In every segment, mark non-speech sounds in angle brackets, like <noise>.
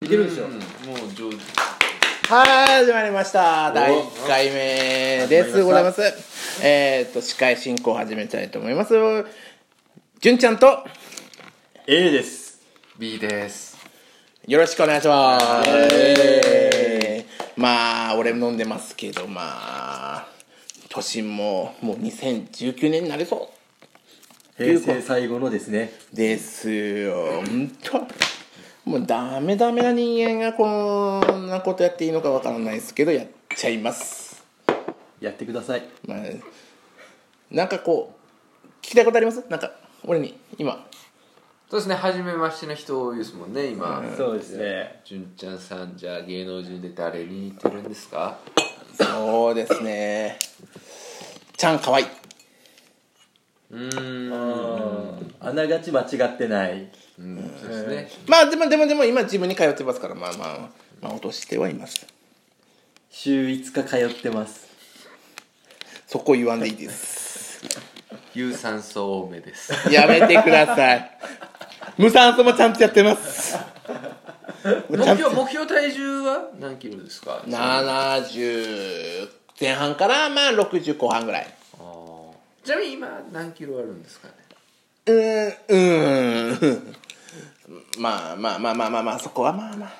いけるでしょうんもう上手はい始まりました第1回目でおすございますえー、っと司会進行を始めたいと思います純ちゃんと A です B ですよろしくお願いしますまあ俺も飲んでますけどまあ年ももう2019年になるぞ平成最後のですねですよ本当もうダメダメな人間がこんなことやっていいのかわからないですけどやっちゃいますやってくださいまあ、なんかこう聞きたいことありますなんか俺に今そうですね初めましての人多いですもんね今そうですね純、ちゃんさんじゃあ芸能人で誰に似てるんですかそうですねちゃんかわいいうーんあながち間違ってないうんそうですねまあでもでもでも今自分に通ってますからまあまあまあ落としてはいます週5日通ってますそこ言わんでいいです有酸素多めですやめてください <laughs> 無酸素もちゃんとやってます目ちゃんと標目標体重は何キロですか70前半からまあ60後半ぐらいあーちなみに今何キロあるんですかねうーんうーんまあまあまあまあまあまあそこはまあまあ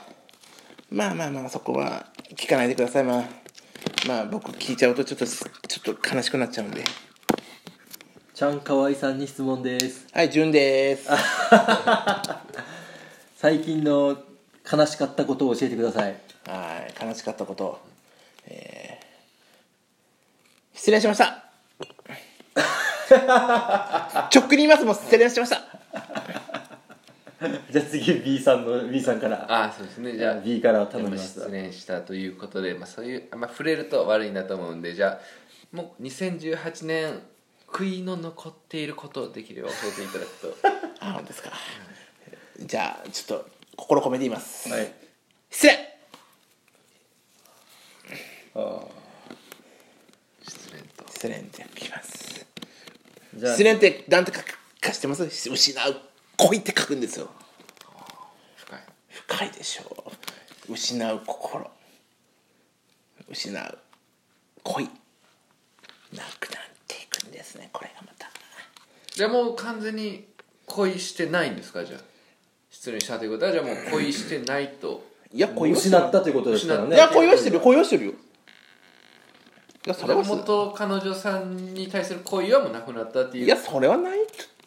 まあまあまあそこは聞かないでくださいまあまあ僕聞いちゃうとちょっとすちょっと悲しくなっちゃうんでちゃんかわいさんに質問ですはい潤です最近の悲しかったことを教えてくださいはい悲しかったことえー失礼しました直に言いますもう失礼しましたじゃあ次 B さんの B さんからああそうですねじゃあ B から頼でみもます失恋したということで、まあ、そういう、まあ、触れると悪いなと思うんでじゃあもう2018年悔いの残っていることをできれば教えていただくとあ本当ですかじゃあちょっと心込めて言いますはい失礼あ失恋と失恋って言いますーじゃあ失恋ってなんて書くかしてますし失う恋って書くんですよ深い深いでしょう失う心失う恋なくなっていくんですねこれがまたじゃあもう完全に恋してないんですかじゃあ失恋したということはじゃあもう恋してないといや恋をして失ったということですから失ねいや恋をしてるよ恋をしてるよいやそれはす元彼女さんに対する恋はもうなくなったっていういやそれはない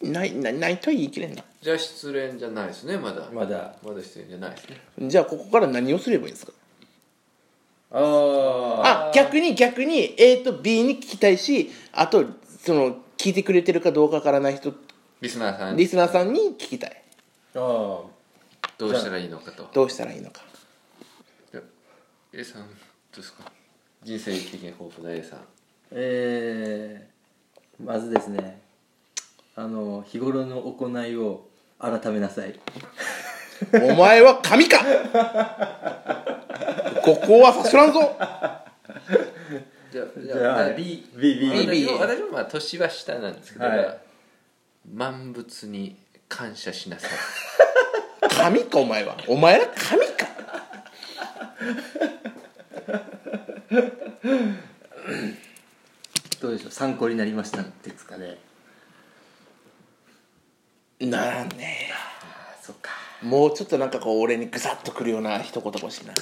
とないないないとは言い切れんなじゃあ失恋じゃないですねまだまだまだ失恋じゃないですねじゃあここから何をすればいいんですかあああ逆に逆に A と B に聞きたいしあとその聞いてくれてるかどうかわからない人リスナーさんリスナーさんに聞きたいあーどうしたらいいのかとどうしたらいいのかじゃあ A さんどうですか人生経験豊富な A さんえー、まずですねあの日頃の行いを改めなさいお前は神かここはさすらんぞじゃあじじゃああ B B B 私も私もまあ年は下なんですけど、はい万物に感謝しなさい神かお前はお前ら神かどうでしょう参考になりましたですかねならんねあそっかもうちょっとなんかこう俺にグサッとくるような一言欲しいな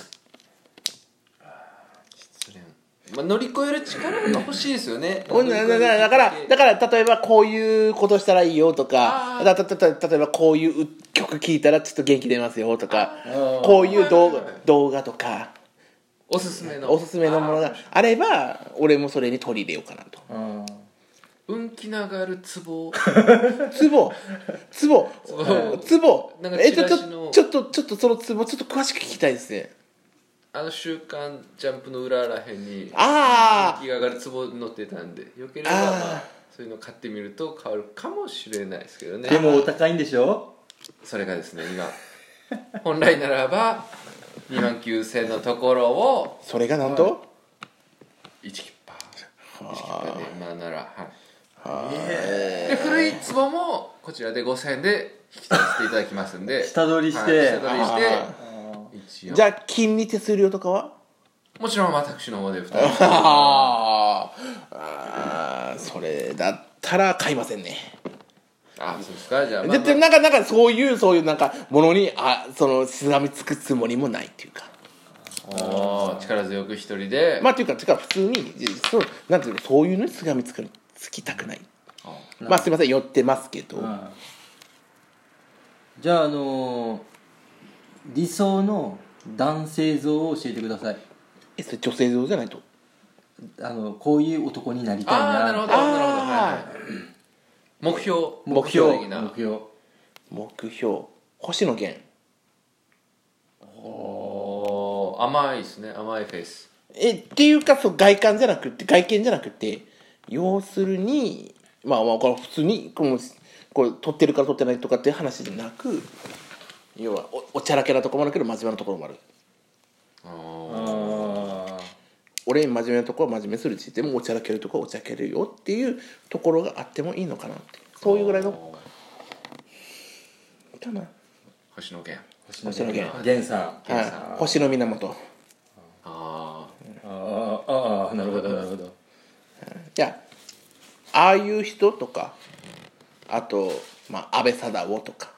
失恋、まあ、乗り越える力が欲しいですよ <laughs> ねだからだからだから例えばこういうことしたらいいよとかあーだたたた例えばこういう曲聴いたらちょっと元気出ますよとかこういう動画はいはいはい動画とかおすすめのおすすめのものがあれば俺もそれに取り入れようかなとあ運気ながるツ <laughs> ボツボツボツボなんかえちょチちラょシのちょっとちょっとそのツボちょっと詳しく聞きたいですねあの「週刊ジャンプ」の裏らへんにあ運気が上がるツボ載ってたんでよければあーまあそういうの買ってみると変わるかもしれないですけどねでもお高いんでしょそれがですね今本来ならば2万9000のところをそれがなんと1キッパー1キッパーで今ならはいえで古い壺もこちらで5000円で引き取らせていただきますんで下取りしてはい下取りしあてあ一応じゃあ金利手数料とかはもちろん私の方で2人あーあーそれだったら買いませんねあそうですかじゃあ、まあででなんかなんかそういうそういうなんかものにあそのしがみつくつもりもないっていうかおー力強く一人で、まあっていうかてか普通にじそうなんていうのそういうのにすがみつくつきたくないあまあすいません寄ってますけど、うんじゃああのー理想の男性像を教えてくださいえそれ女性像じゃないとあのこういう男になりたいあーななるほどなるほどあはいはい目標目標目的な目標目標星野源おー甘いですね甘いフェイスえっていうかそう外観じゃなくて外見じゃなくて要するにまあまあこれ普通にこのこれ撮ってるから撮ってないとかっていう話じゃなく要はおおちゃらけなとこもあるけど真面目なところもあるおーあ俺真面目なとこは真面目するしでもおちゃらけるとこはおちゃらけるよっていうところがあってもいいのかなってそういうぐらいのかな、星野源ー星野源源さんあはい、星の源あーあーなるほどなるほどじゃあああいう人とかあと、まあ、安倍貞夫とか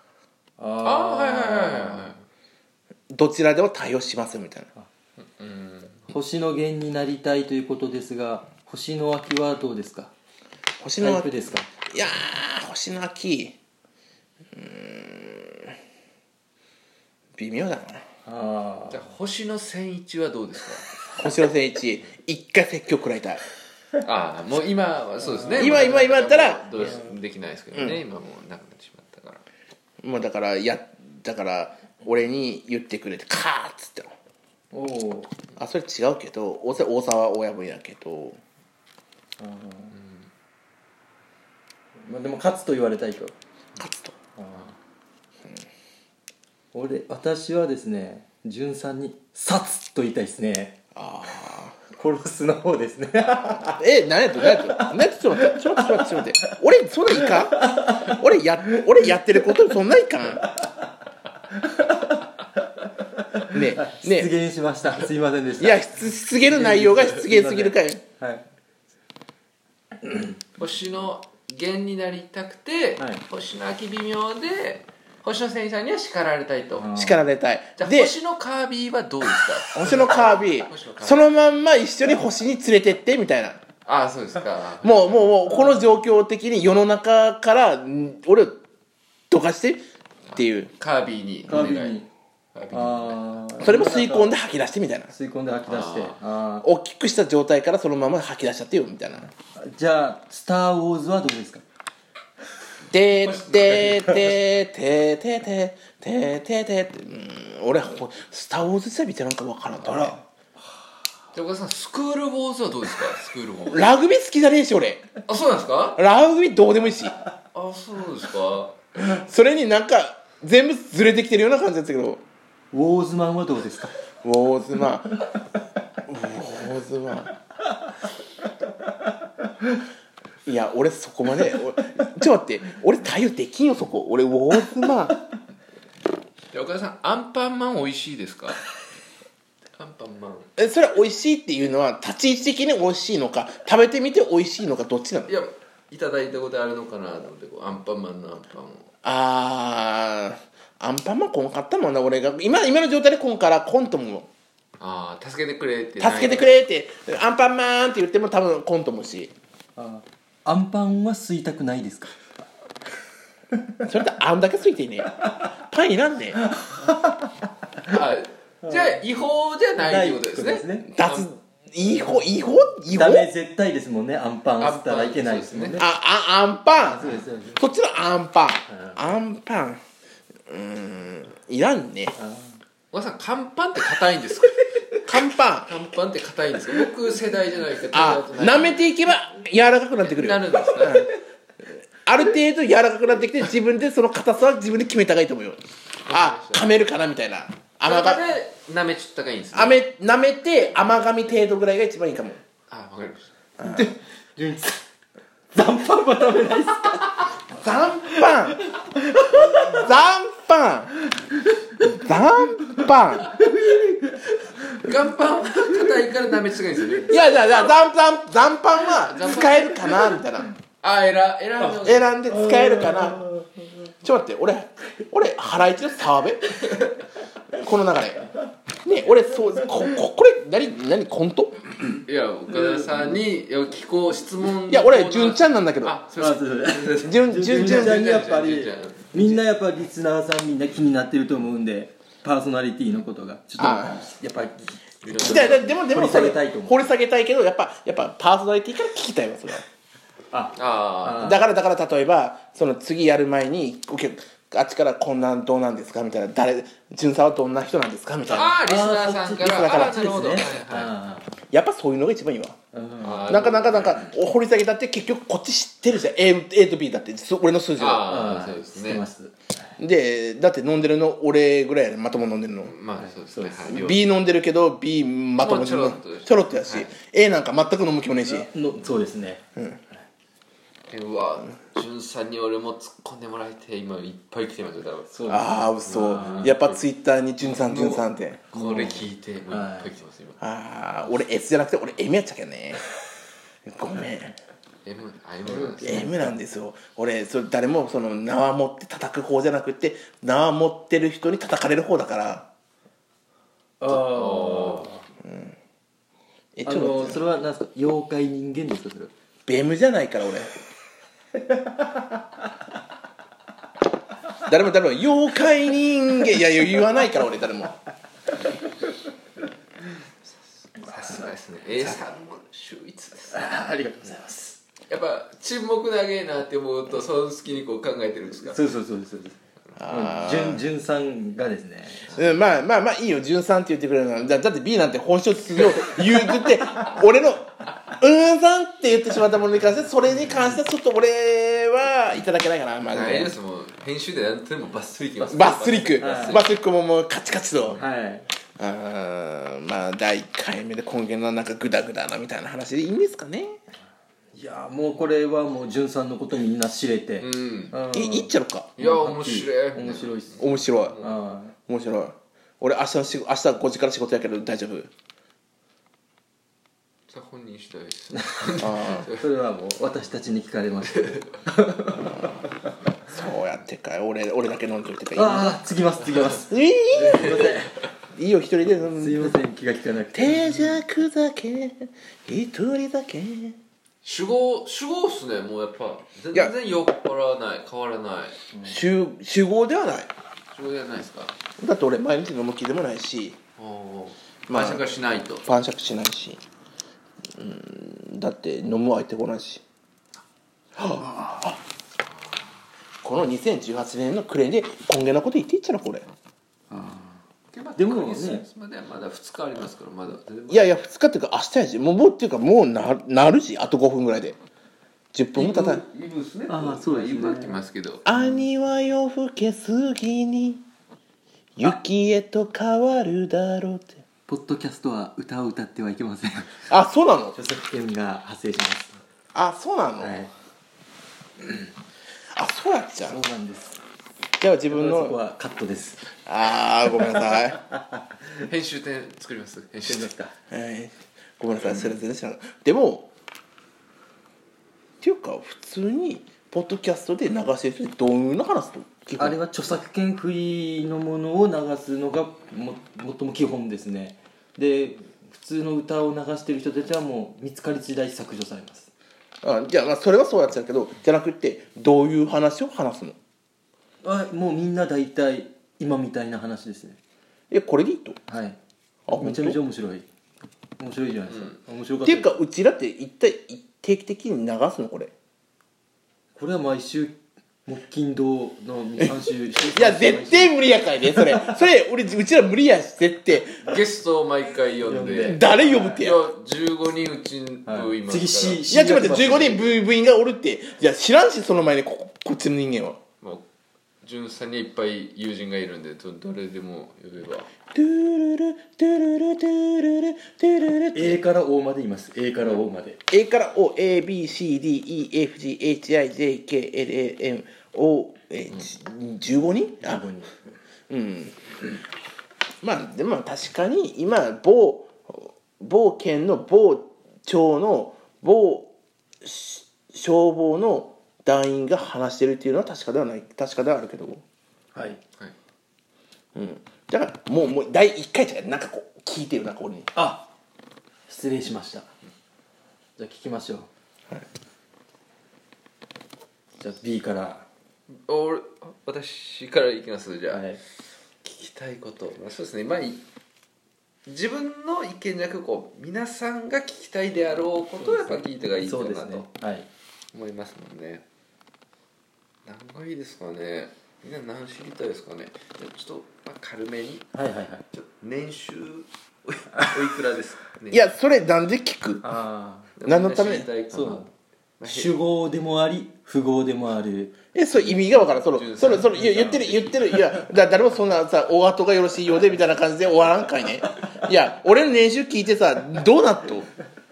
ああーはいはいはいはいはどちらでも対応しますみたいな星野源になりたいということですが星野秋はどうですか星タのイプですかいやー星の秋うーん微妙だなあいじゃあ星野千一はどうです星野千一一回説教食らいたいか <laughs> ああもう今はそうですね今もう今今やったらどうしできないですけどね、今もうなくなってしまったからもうだからやだから俺に言ってくれてカーッつってのおおあそれ違うけど大沢大沢は親分やけどまあでも勝つと言われたいと勝つと俺私はですね潤さんに「殺」と言いたいですねあ殺すの方ですねあえ何やって何やって何やってちょっと待ってちょっと待ってちょっと待ってちょっと待って俺そんないかん俺や俺やってることそんないかんねえね失言しましたすいませんでしえたいや失失言の内容が失言すぎるかいはい星野源になりたくて、はい星野秋微妙で星野千一さんには叱られたいと、うん叱られたいじゃあで星野カービィはどうですか星のカービ星のカービィィそのまんま一緒に星に連れてってみたいなああそうですかもう、もう、もう、この状況的に世の中から、ん俺をどかしてっていう。カービィにカおービ願ィいにカービィにああそれも吸い込んでで吐き出してみたいな。吸い込んで吐き出してああ大きくした状態からそのまま吐き出しちゃってよ、みたいな。ーじゃあ「スター・ウォーズ」はどうですかてーてーてーてーてーてーてーてーてーてーうーん俺、ほスター・ウォーズ自体見てなんかわからんと。俺じゃあ岡田さんスクールウォーズはどうですかスクールウォーズラグビー好きじゃねえし、俺。あそうなんですかラグビーどうでもいいし。あそうですかそれになんか、全部ずれてきてるような感じだったけど。ウォーズマンはどうですかウォーズマンウォーズマンいや俺そこまでおちょっと待って俺対応できんよそこ俺ウォーズマンじゃあ岡田さんアンパンマン美味しいですかアンパンマンえそれは美味しいっていうのは立ち位置的に美味しいのか食べてみて美味しいのかどっちなのいやいただいたことあるのかなと思ってこうアンパンマンのアンパンをあーアンパンマンこんかったもんな俺が今今の状態でこんからこんともああ助けてくれって助けてくれってアンパンマンって言っても多分こんともしあーアンパンは吸いたくないですかそれってあんだけついていねえパンいらんねえあじゃあ違法じゃないってことですねないってことですね脱違法違法違法ダメ絶対ですもんねアンパンは吸ったらいけないですもんねああアンパンそうですそうですそっちのアンパン、アンパンうーんいらんね岡田さん乾パンって硬いんですか乾パン乾パンって硬いんですか僕世代じゃないけどあ舐めていけば柔らかくなってくるよなるんですかある程度柔らかくなってきて自分でその硬さは自分で決めた方がいいと思うよあ噛めるかなみたいな甘甘ががで舐めちったがいいんですねあめ舐めて甘噛み程度ぐらいが一番いいかもあわかりました純一さん残飯は食べないですか残飯残飯残飯岩盤は硬いからダメージ高いんですよねいやいやいや残残残飯は使えるかなみたいなあ選選ぶの選んで使えるかなちょっと待って俺俺腹一の澤部この流れね俺そうこここれ何何コントいや岡田さんにいや聞こう質問いや俺純ちゃんなんだけどあすいままあせんそうそう純純純ちちゃんゃんにやっぱ純りちゃんみんなやっぱリスナーさんみんな気になってると思うんでパーソナリティのことがちょっとあやっぱりいやいやでもで掘もり下げたいと思う掘り下げたいけどやっぱやっぱパーソナリティから聞きたいわそれはあああだからだから例えばその次やる前にお客あっちからこんなんどうなんですかみたいな誰潤さんはどんな人なんですかみたいなああリスナーさんからリスナーからああなるほそど、うはいではすねいあやっぱそういうのが一番いいわあーなかなかなんか掘り下げたって結局こっち知ってるじゃん A, A と B だってそ俺の数字はああああそうです知ってねますでだって飲んでるの俺ぐらいやねまともに飲んでるのまあそうですねはい B 飲んでるけど B まともに飲んでもうちょろっとちょろっとやし、はい A なんか全く飲む気もねえしのそうですねうわ潤さんに俺も突っ込んでもらいて今いっぱい来てますよ多分そうですああ嘘やっぱツイッターに潤さん潤さんってこれ聞いてもういっぱい来てます今ああ俺 S じゃなくて俺 M やっちゃけんねごめん M あ M なんですね M なんですよ俺それ誰もその縄持って叩く方じゃなくて縄持ってる人に叩かれる方だからああえちあょっとの待ってそれは何ですか妖怪人間ですかそれベムじゃないから俺誰も誰も妖怪人間いやいや言わないから俺誰もさすがですね A さんも秀逸ですあありがとうございますやっぱ沈黙長えなって思うとその隙にこう考えてるんですかそうそうそうですそうですじゅんじゅんさんがですねうん、まあまあまあいいよ「純さん」って言ってくれるのはだだって B なんて本性通を言うって <laughs> 俺の「うーんさん」って言ってしまったものに関してそれに関してはちょっと俺はいただけないかなマジ大丈夫でですもう編集で何とでもバッスリいきますバッスリックはいバッスリックももうカチカチとはいあーまあ第1回目で根源のなんかグダグダなみたいな話でいいんですかねいやもうこれはもうじゅんさんのことみんな知れてうんうんいいっちゃろうかいや面白い面白いっす面白いあ面白い俺明日の仕事明日5時から仕事やけど大丈夫さあ本人次第ですねああそれはもう私たちに聞かれましたあそうやってかい俺俺だけ飲んどいてかいいああ、つきます、つきます。ええすいません。いいよ一人で飲んすでいません、気が利かなくて。手弱だけ一人だけ主語主語っすねもうやっぱ全や然酔っ払わない変わらない集集合ではない主語じゃないですかだって俺毎日飲む気でもないしおーまあ晩酌はしないと晩酌しないしうんだって飲む相手来ないしはあこの2018年の暮れで今月のこと言っていっちゃろこれでもねクリスマスまでまだ2日ありますからまだ全いやいや2日っていうか明日やしもうもうっていうかもうななるしあと5分ぐらいで10分も経たないイブですねあーそうですねイブは来ますけど兄は夜更けすぎに雪へと変わるだろうってポッドキャストは歌を歌ってはいけません。あそうなの著作権が発生します。あそうなの、はい。あそうやっちゃそううなんです。じゃあ自そ分このはカットです。ああごめんなさい、編集点作ります編集点か。はい、ごめんなさいそれ全然知らなかったでもっていうか普通にポッドキャストで流してる人ってどういうの話すと基あれ本は著作権不意のものを流すのがも最も基本ですね。で、普通の歌を流してる人たちはもう見つかり次第削除されます。あじゃあまあそれはそうやっちゃうけどじゃなくてどういう話を話すのあもうみんな大体今みたいな話ですね。えこれでいいとはい。あ本当めちゃめちゃ面白い。面白いじゃないですか。面白かっってたいですうかうちだって一体定期的に流すのこれこれは毎週木金土の23週いや絶対無理やかいねそれそれ俺うちら無理やし絶対ゲストを毎回呼ん呼んでで誰呼ぶっていやや15人うちにはい今次 C いやちょっと待って15人部部員がおるっていや知らんしその前にここっちの人間はもう潤さんにはいっぱい友人がいるんでど誰でも呼べばトゥルルトゥルルトゥルルトゥルルって A から O までいます A から O まで A から OABCDEFGHIJKLAMOH15 人あ15人うんまあでも確かに今某某県の某町の某し消防の団員が話してるっていうのは確かではない確かではあるけどはいはいうんだからもうもう第1回じゃなんかこう聞いてるなんか俺にあ失礼しましたじゃあ聞きましょう、じゃあ B からは俺私からいきますじゃあ、い聞きたいこと、まあ、そうですねまあい自分の意見じゃなくこう皆さんが聞きたいであろうことをやっぱ聞いた方がいいそのうかでなすと、ねはい思いますもんね何がいいですかねみんな何知りたいですかねじゃあちょっと、まあ、軽めにはいはいはいちょっと年収おいおいく <laughs> らですか、ね、いやそれなんで聞くああ何のたみめんな知りたいかそうななのまあへ主語でもあり符号でもあるえそれ意味が分からんその13それそれいや言ってる言ってるいやだ誰もそんなさお後がよろしいようでみたいな感じで終わらんかいねいや俺の年収聞いてさどうなっと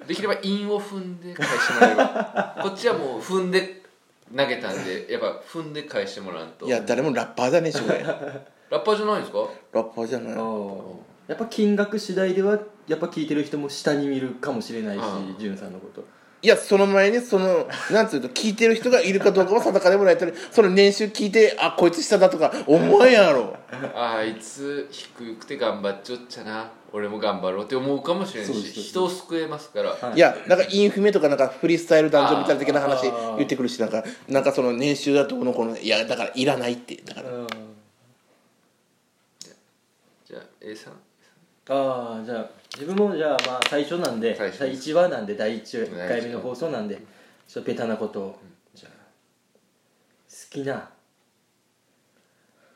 できれば韻を踏んで返してもらえば <laughs> こっちはもう踏んで投げたんでやっぱ踏んで返してもらうといや誰もラッパーだねしょれララッパーじゃないんですかッパーじゃないやっぱ金額次第ではやっぱ聞いてる人も下に見るかもしれないしうん潤さんのこといやその前にそのなんつうと聞いてる人がいるかどうかも定かでもないとその年収聞いてあこいつ下だとか思わんやろ <laughs> あいつ低くて頑張っちゃっちゃな俺も頑張ろうって思うかもしれないそうしです人を救えますから、はいいやなんかインフメとかなんかフリースタイルダンジョンみたいな的な話あー言ってくるしなんかなんかその年収だとこの子のいやだからいらないってだからじゃあ A さんああじゃあ自分もじゃあまあ最初なんで最初第1話なんで第1回目第一の話放送なんでちょっとベタなことをじゃあ好きな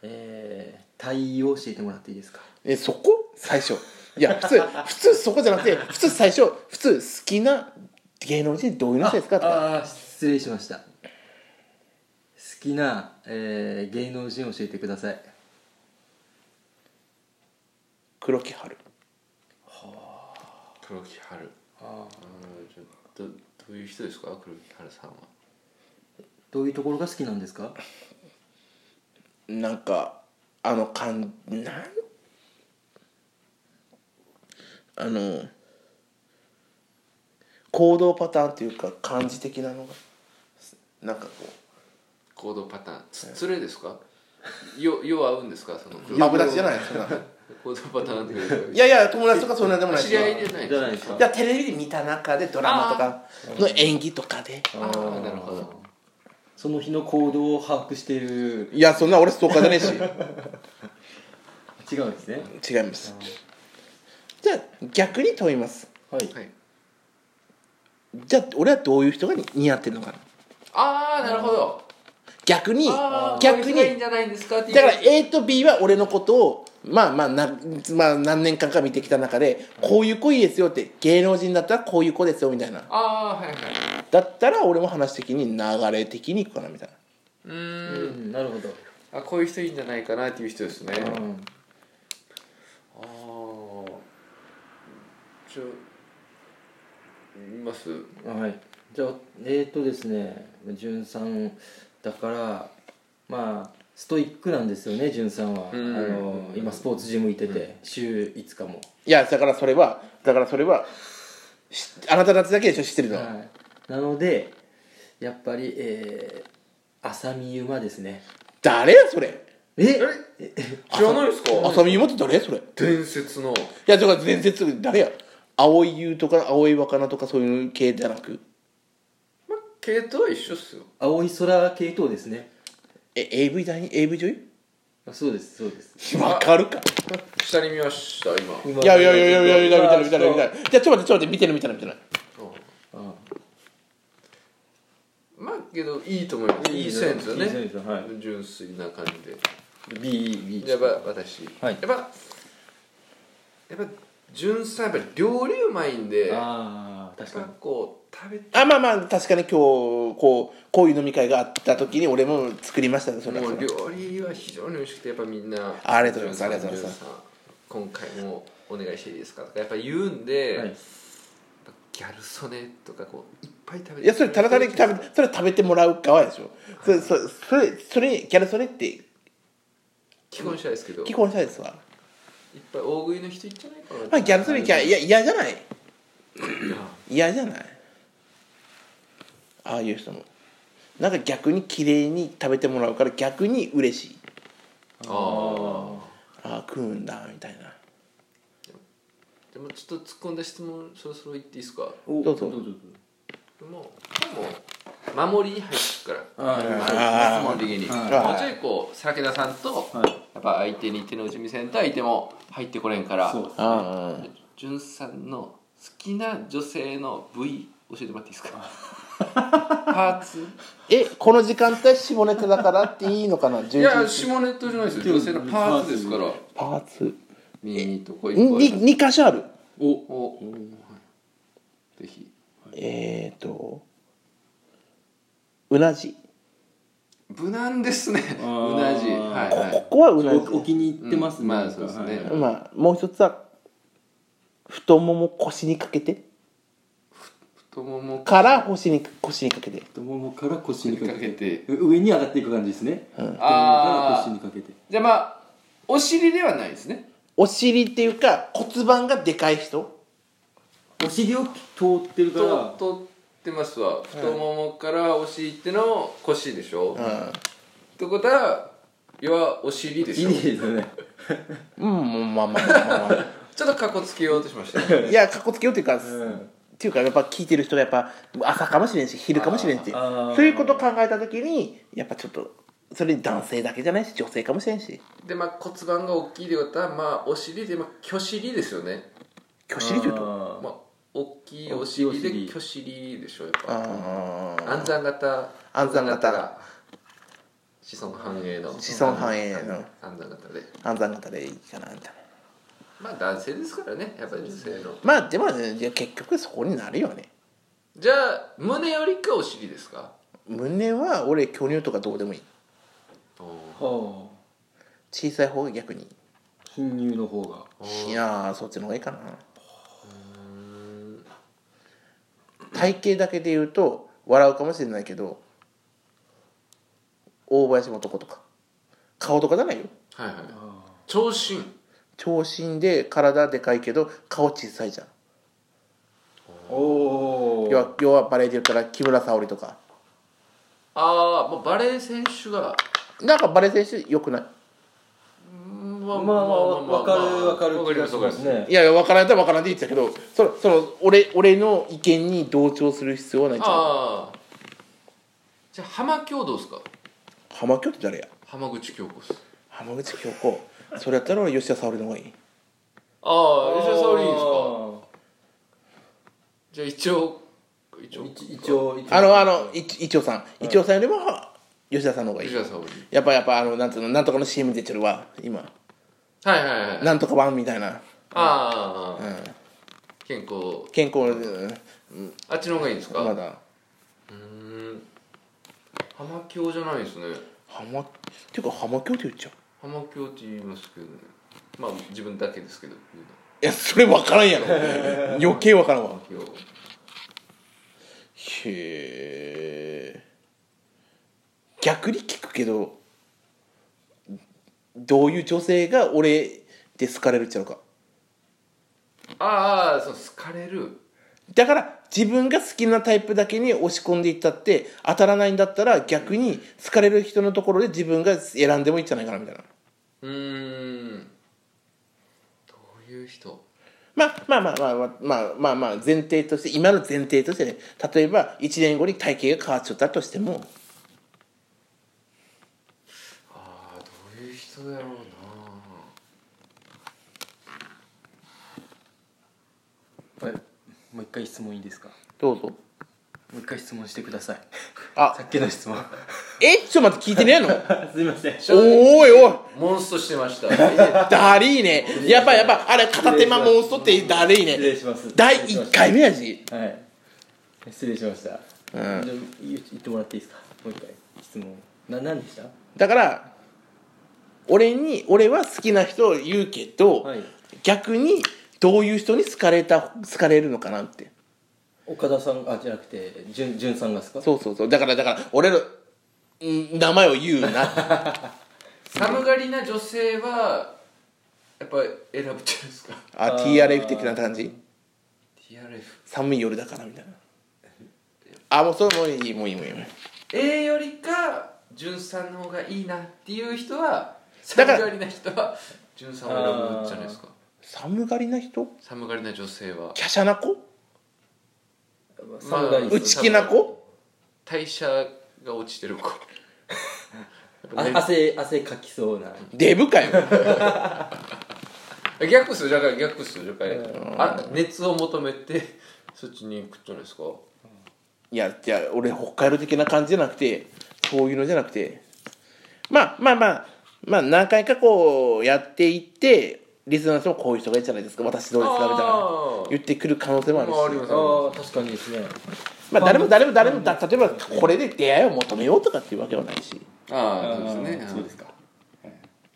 えー、対応を教えてもらっていいですかえそこ最初いや普通普通そこじゃなくて普通最初普通好きな芸能人どういうの人ですかとかああ失礼しました好きな、えー、芸能人を教えてください黒木春黒木春ああーじゃあどどういう人ですか黒木春さんはどういうところが好きなんですかなんかあの感なんあの行動パターンというか感じ的なのがなんかこ行動パターンつつれですかよよ合うんですかそのう黒木友達じゃないそんな行動パターンっていう <laughs> いやいや友達とかそんなでもない知り合いじゃないじゃないですかいやテレビで見た中でドラマとかの演技とかでああなるほどその日の行動を把握しているいやそんな俺ストーカーじゃねえし違うんですね <laughs> 違いますじゃあ逆に問いますはいはいじゃあ俺はどういう人が似合ってるのかなああなるほど逆にああ逆にいいんじゃないんですかっていうだから A と B は俺のことをまあまあな、まあ、何年間か見てきた中でこういう子いいですよって芸能人だったらこういう子ですよみたいなああーはいはいだったら俺も話的に流れ的にいくかなみたいなうーんうんなるほどあこういう人いいんじゃないかなっていう人ですね、あうんあーちょいますはい、じゃあえっ、ー、とですね潤さんだからまあストイックなんですよね潤さんは、うんあの今スポーツジム行ってて、週5日も、いやだからそれはだからそれはしあなたたちだけでしょ知ってるのは、はい、なのでやっぱりえー、浅見馬ですね誰やそれええ知らないですか浅見もって誰やそれい伝説のやだから全然誰や青い優とか青い若菜とかそういう系じゃなくまあ系統は一緒っすよ青い空系統ですねえ AV 第二 AV 女優あそうですそうですわかるか下に見ました今今いやいやいやいやいや見たい見たい見たあいじゃあちょっと待ってちょっと待って見てる見てる見てるあまあけどいいと思いますいいいい線ですよねいい線ですよは純粋な感じで B B やっぱ私、はいやっぱやっぱ純さんやっぱり料理うまいんでやっああ確かぱにこう食べてあまあまあ確かに今日こうこういう飲み会があった時に俺も作りましたねそれもはそうれは料理は非常に美味しくてやっぱみんなありがとうございますジュンさんありがとうございますジュンさん今回もお願いしていいですかとかやっぱ言うんで、はいギャル曽根とかこういっぱい食べていやそれただ単に食べそれ食べてもらう側でしょそれそれそれそれギャルそれって既婚者ですけどい既っ婚者ですわぱい大食いの人いっちゃないかなまあギャルすべきはいいや嫌じゃないや嫌じゃないああいう人もなんか逆に綺麗に食べてもらうから逆に嬉しいああああ食うんだみたいなでもちょっと突っ込んだ質問そろそろ言っていいですかおどうぞどうぞもうもう守りに入ってるからあーあの基本的にはいもうちょいこう酒田さんとはいやっぱ相手に手の内見せんと相手も入ってこれんからそうああじゅんさんの好きな女性の部位教えてもらっていいですかパーツえこの時間帯下ネタだからっていいのかないや11時下ネタじゃないですよ女性のパーツですからパーツ耳とこいっぱい2箇所あるおおおはいぜひえーとうなじ無難ですねあーうなじはいはこいこはうなじおお気に入ってますうんまあなんかそうですねはいまあもう一つは太もも腰にかけて太ももから腰に腰にかけて太ももから腰ににかかけけててう上に上がっていく感じですね太ももからあー腰にかけてじゃあまあお尻ではないですねお尻っていうか骨盤がでかい人お尻を通ってるかとら取ってますわ太ももからお尻っての腰でしょ、っうてことは要はお尻でいしいょですねん、うん、まあまあまあまあ、まちょっとかっこつけようとしましたね <laughs> あ、いやかっこつけようっていうか、んっていうかやっぱ聞いてる人がやっぱ朝かもしれんし昼かもしれんしあーあーそういうことを考えた時にやっぱちょっとそれに男性だけじゃないし女性かもしれんしでまあ骨盤が大きいってことはまあお尻で、まあ、虚尻ですよね虚尻っていうとあーまあ大きいお尻で大きいお尻虚尻でしょやっぱあー安産型安産型が子孫繁栄の子孫繁栄の安産型で安産型でいいかなみたいなまあ男性ですからねやっぱり女性のまあでもねじゃあ結局そこになるよねじゃあ胸よりかお尻ですか胸は俺巨乳とかどうでもいいはあ小さい方が逆に貧乳の方がいやーそっちの方がいいかな体型だけで言うと笑うかもしれないけど大林素子とか顔とかじゃないよはいはい長身長身で体でかいけど顔小さいじゃんおお要は要はバレエで言ったら木村沙織とかああ、まあ、バレー選手がなんかバレエ選手よくなままあまあわかるわかるわかりますわかりますねいいやいや分からんやったら分からんで言ってたけどそのその俺俺の意見に同調する必要はないじゃんああじゃあ浜京どうですか浜京って誰や浜口京子っす浜口京子それやったら俺吉田沙織の方がいいああ吉田沙織いいですかいじゃあ一応一応いですか一応一応あのあのい一応さん一応さんよりも吉田さんの方がいい吉田沙織やっぱやっぱあのなんつうのなんとかの CM 出てるわ今はいはいはいあなんとか版みたいな、あ、うん、健康健康うんあっちの方がいいんですか、まだうーん浜京じゃないですね浜っていうか浜京って言っちゃう浜京って言いますけどねまあ自分だけですけどいやそれ分からんや <laughs> ろ余計分からんわ浜京へえ逆に聞くけどどういう女性が俺で好かれるっちゃうかああそう好かれるだから自分が好きなタイプだけに押し込んでいったって当たらないんだったら逆に好かれる人のところで自分が選んでもいいんじゃないかなみたいなうーんどういう人まあまあまあまあまあまあまあ前提として今の前提としてね例えば1年後に体型が変わっちゃったとしてもああどういう人だろうなえもう一回質問いいですかどうぞもう一回質問してくださいあ <laughs> さっきの質問えちょっと待って聞いてねえの <laughs> すいませんおいおいモンストしてました <laughs> はだりーねやっぱやっぱあれ片手間モンストってだりー失礼ねします第1回目やしはい失礼しましたうんじゃあ言言ってもらっていいですかもう一回質問な何でしただから俺に俺は好きな人を言うけど、はい逆にどういう人に好かれた好かれるのかなって岡田さんあじゃなくてじゅんじゅんさんがですか <laughs> そうそうそうだからだから俺のん名前を言うな寒がりな女性はやっぱ選ぶんじゃないですかああー TRF 的な感じ TRF 寒い夜だからみたいなあもうそれもういいもういいもういいもういい A よりか潤さんの方がいいなっていう人はだ寒からがりな人は潤さんを選ぶんじゃないですか寒がりな人寒がりな女性は華奢な子寒がりまあ内気な子代謝が落ちてる子やっぱあね汗汗かきそうなデブかよ逆っすよだから逆っすよだからあ熱を求めてそっちに行くじゃないですかいやじゃあ俺北海道的な感じじゃなくてそういうのじゃなくてまあまあまあまあ何回かこうやっていってリスナーの人もこういう人がいいじゃないですか私どうですかみたいあなー言ってくる可能性もあるしまあありますああ確かにですねまあ誰も誰も誰もだ例えばこれで出会いを求めようとかっていうわけはないしああーそうですねそうですか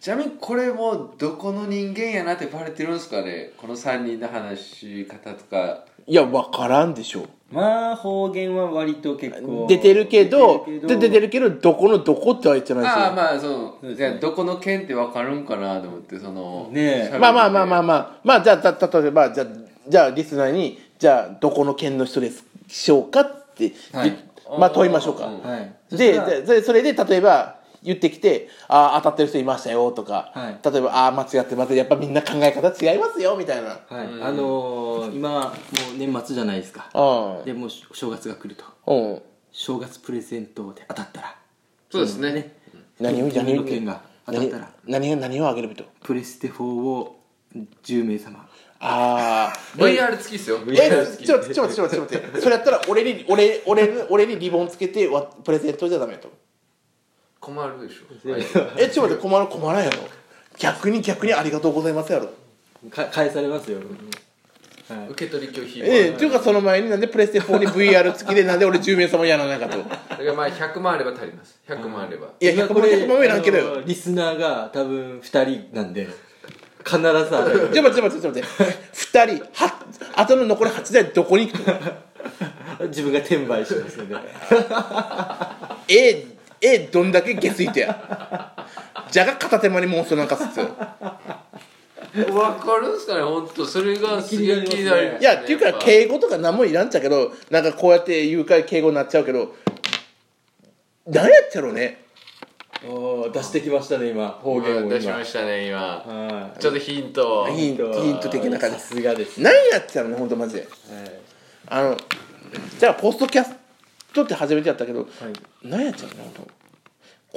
ちなみにこれもどこの人間やなってバレてるんですかねこの3人の話し方とかいや分からんでしょまあ方言は割と結構出てるけど出で出てるけどどこのどこっては言ってないですよああまあそそうでのすねじゃあどこの県ってわかるんかなと思ってそのねえ喋まあまあまあまあっまあまあじゃあた例えばじゃあじゃあリスナーにじゃあどこの県の人でしょうかって、はいじまあ問いましょうか、うんはいそでしたらででそれで例えば言ってきて「ああ当たってる人いましたよ」とか、はい例えば「ああ間違ってますやっぱみんな考え方違いますよ」みたいなはいあのー今もう年末じゃないですかうんでもう正月が来るとうん正月プレゼントで当たったらてそうですね何を何何をの件が当たったら何何を何をあげるべとプレステ4を10名様ああ VR 付きっすよえ VR 付きちょちょっとちょっとちょっと待ってそれやったら俺に俺俺に俺にリボンつけてわプレゼントじゃダメと困るでしょはいえちょっと待って困る困らんやろ逆に逆にありがとうございますやろか返されますよはい受け取り拒否ええというかその前になんでプレステ4に VR 付きでなんで俺10名様やらないかとだからまあ100万あれば足ります100万あればいや100万100万上なんけどあよのリスナーが多分2人なんで必ず当たるちょっと待ってちょっと待ってちょっと待って2人はあとの残り8台どこに行くの自分が転売しますよねええええどんだけ下水てやじゃが片手間にモンストなんかすっつよ分かるんすかね本当それがすげえ気になりますねいやっていうかっぱ敬語とか何もいらんちゃけどなんかこうやって言うから敬語になっちゃうけど何やっちゃろうねおー出してきましたね今方言をうん今出しましたね今はいちょっとヒントをヒントヒント的な感じさすがです、何やってたのね本当マジであのじゃあポストキャストって初めてやったけど、はい何やっちゃうの本当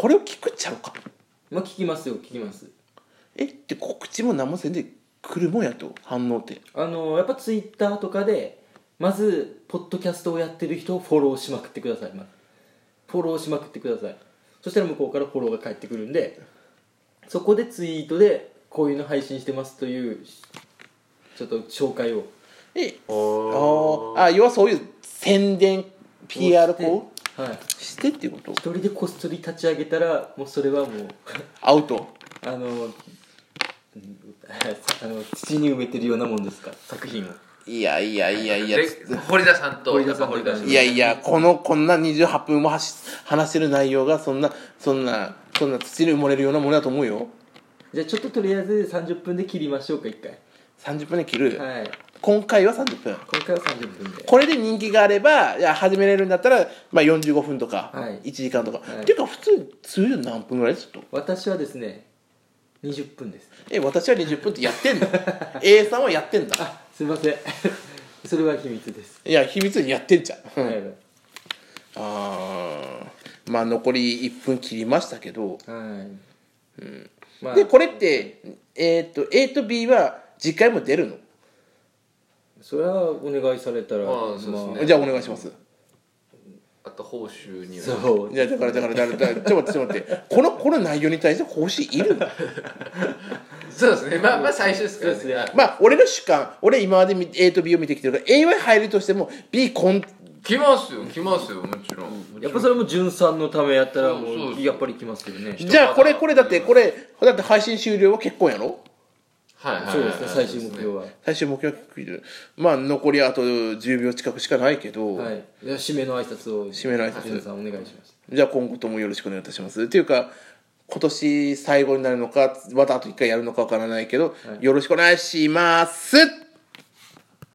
これを聞くっちゃうかまあ聞きますよ聞きますえって告知も何もせんで来るもんやと反応ってあのやっぱツイッターとかでまずポッドキャストをやってる人をフォローしまくってくださいまずフォローしまくってくださいそしたら向こうからフォローが返ってくるんでそこでツイートでこういうの配信してますというちょっと紹介をえあおーーあ要はそういう宣伝 PR こはい、うしてっていうこと一人でこっそり立ち上げたらもうそれはもうアウトあのうん <laughs> あの土に埋めてるようなもんですから作品をいやいやいやいやで堀田さんと堀田さんとやっぱいやいやこのこんな28分もはし話してる内容がそんなそんなそんな土に埋もれるようなものだと思うよじゃあちょっととりあえず30分で切りましょうか一回30分で切る、はい今回は30分今回は30分でこれで人気があればいや始めれるんだったら、まあ、45分とか、はい1時間とか、はいっていうか普通通常何分ぐらいですと私はですね20分ですえ私は20分って <laughs> やってんだ A さんはやってんだあすいません <laughs> それは秘密です、いや秘密にやってんじゃん、はあいあーまあ残り1分切りましたけど、はい、まあでこれってえっ、と A と B は次回も出るの、それはお願いされたらあーそうですねじゃあお願いしますあと報酬にはまあそういやだからだからだからだからちょっと待ってちょっと待ってこのこの内容に対して方針いるのそうですねまあまあ最初ですからそうですねまあ俺の主観俺今まで見 A と B を見てきてるから A は入るとしても B こん来ますよ来ますよもちろんやっぱそれも潤さんのためやったらもそうそううそうやっぱり来ますよねじゃあこれこれだってこれだって配信終了は結婚やろはいはいはいそうですね最終目標は最終目標は結婚まあ残りあと10秒近くしかないけど、はいじゃあ締めの挨拶を締めの挨拶潤さんお願いしますじゃあ今後ともよろしくお願いいたしますっていうか今年最後になるのか、またあと一回やるのかわからないけど、よろしくお願いします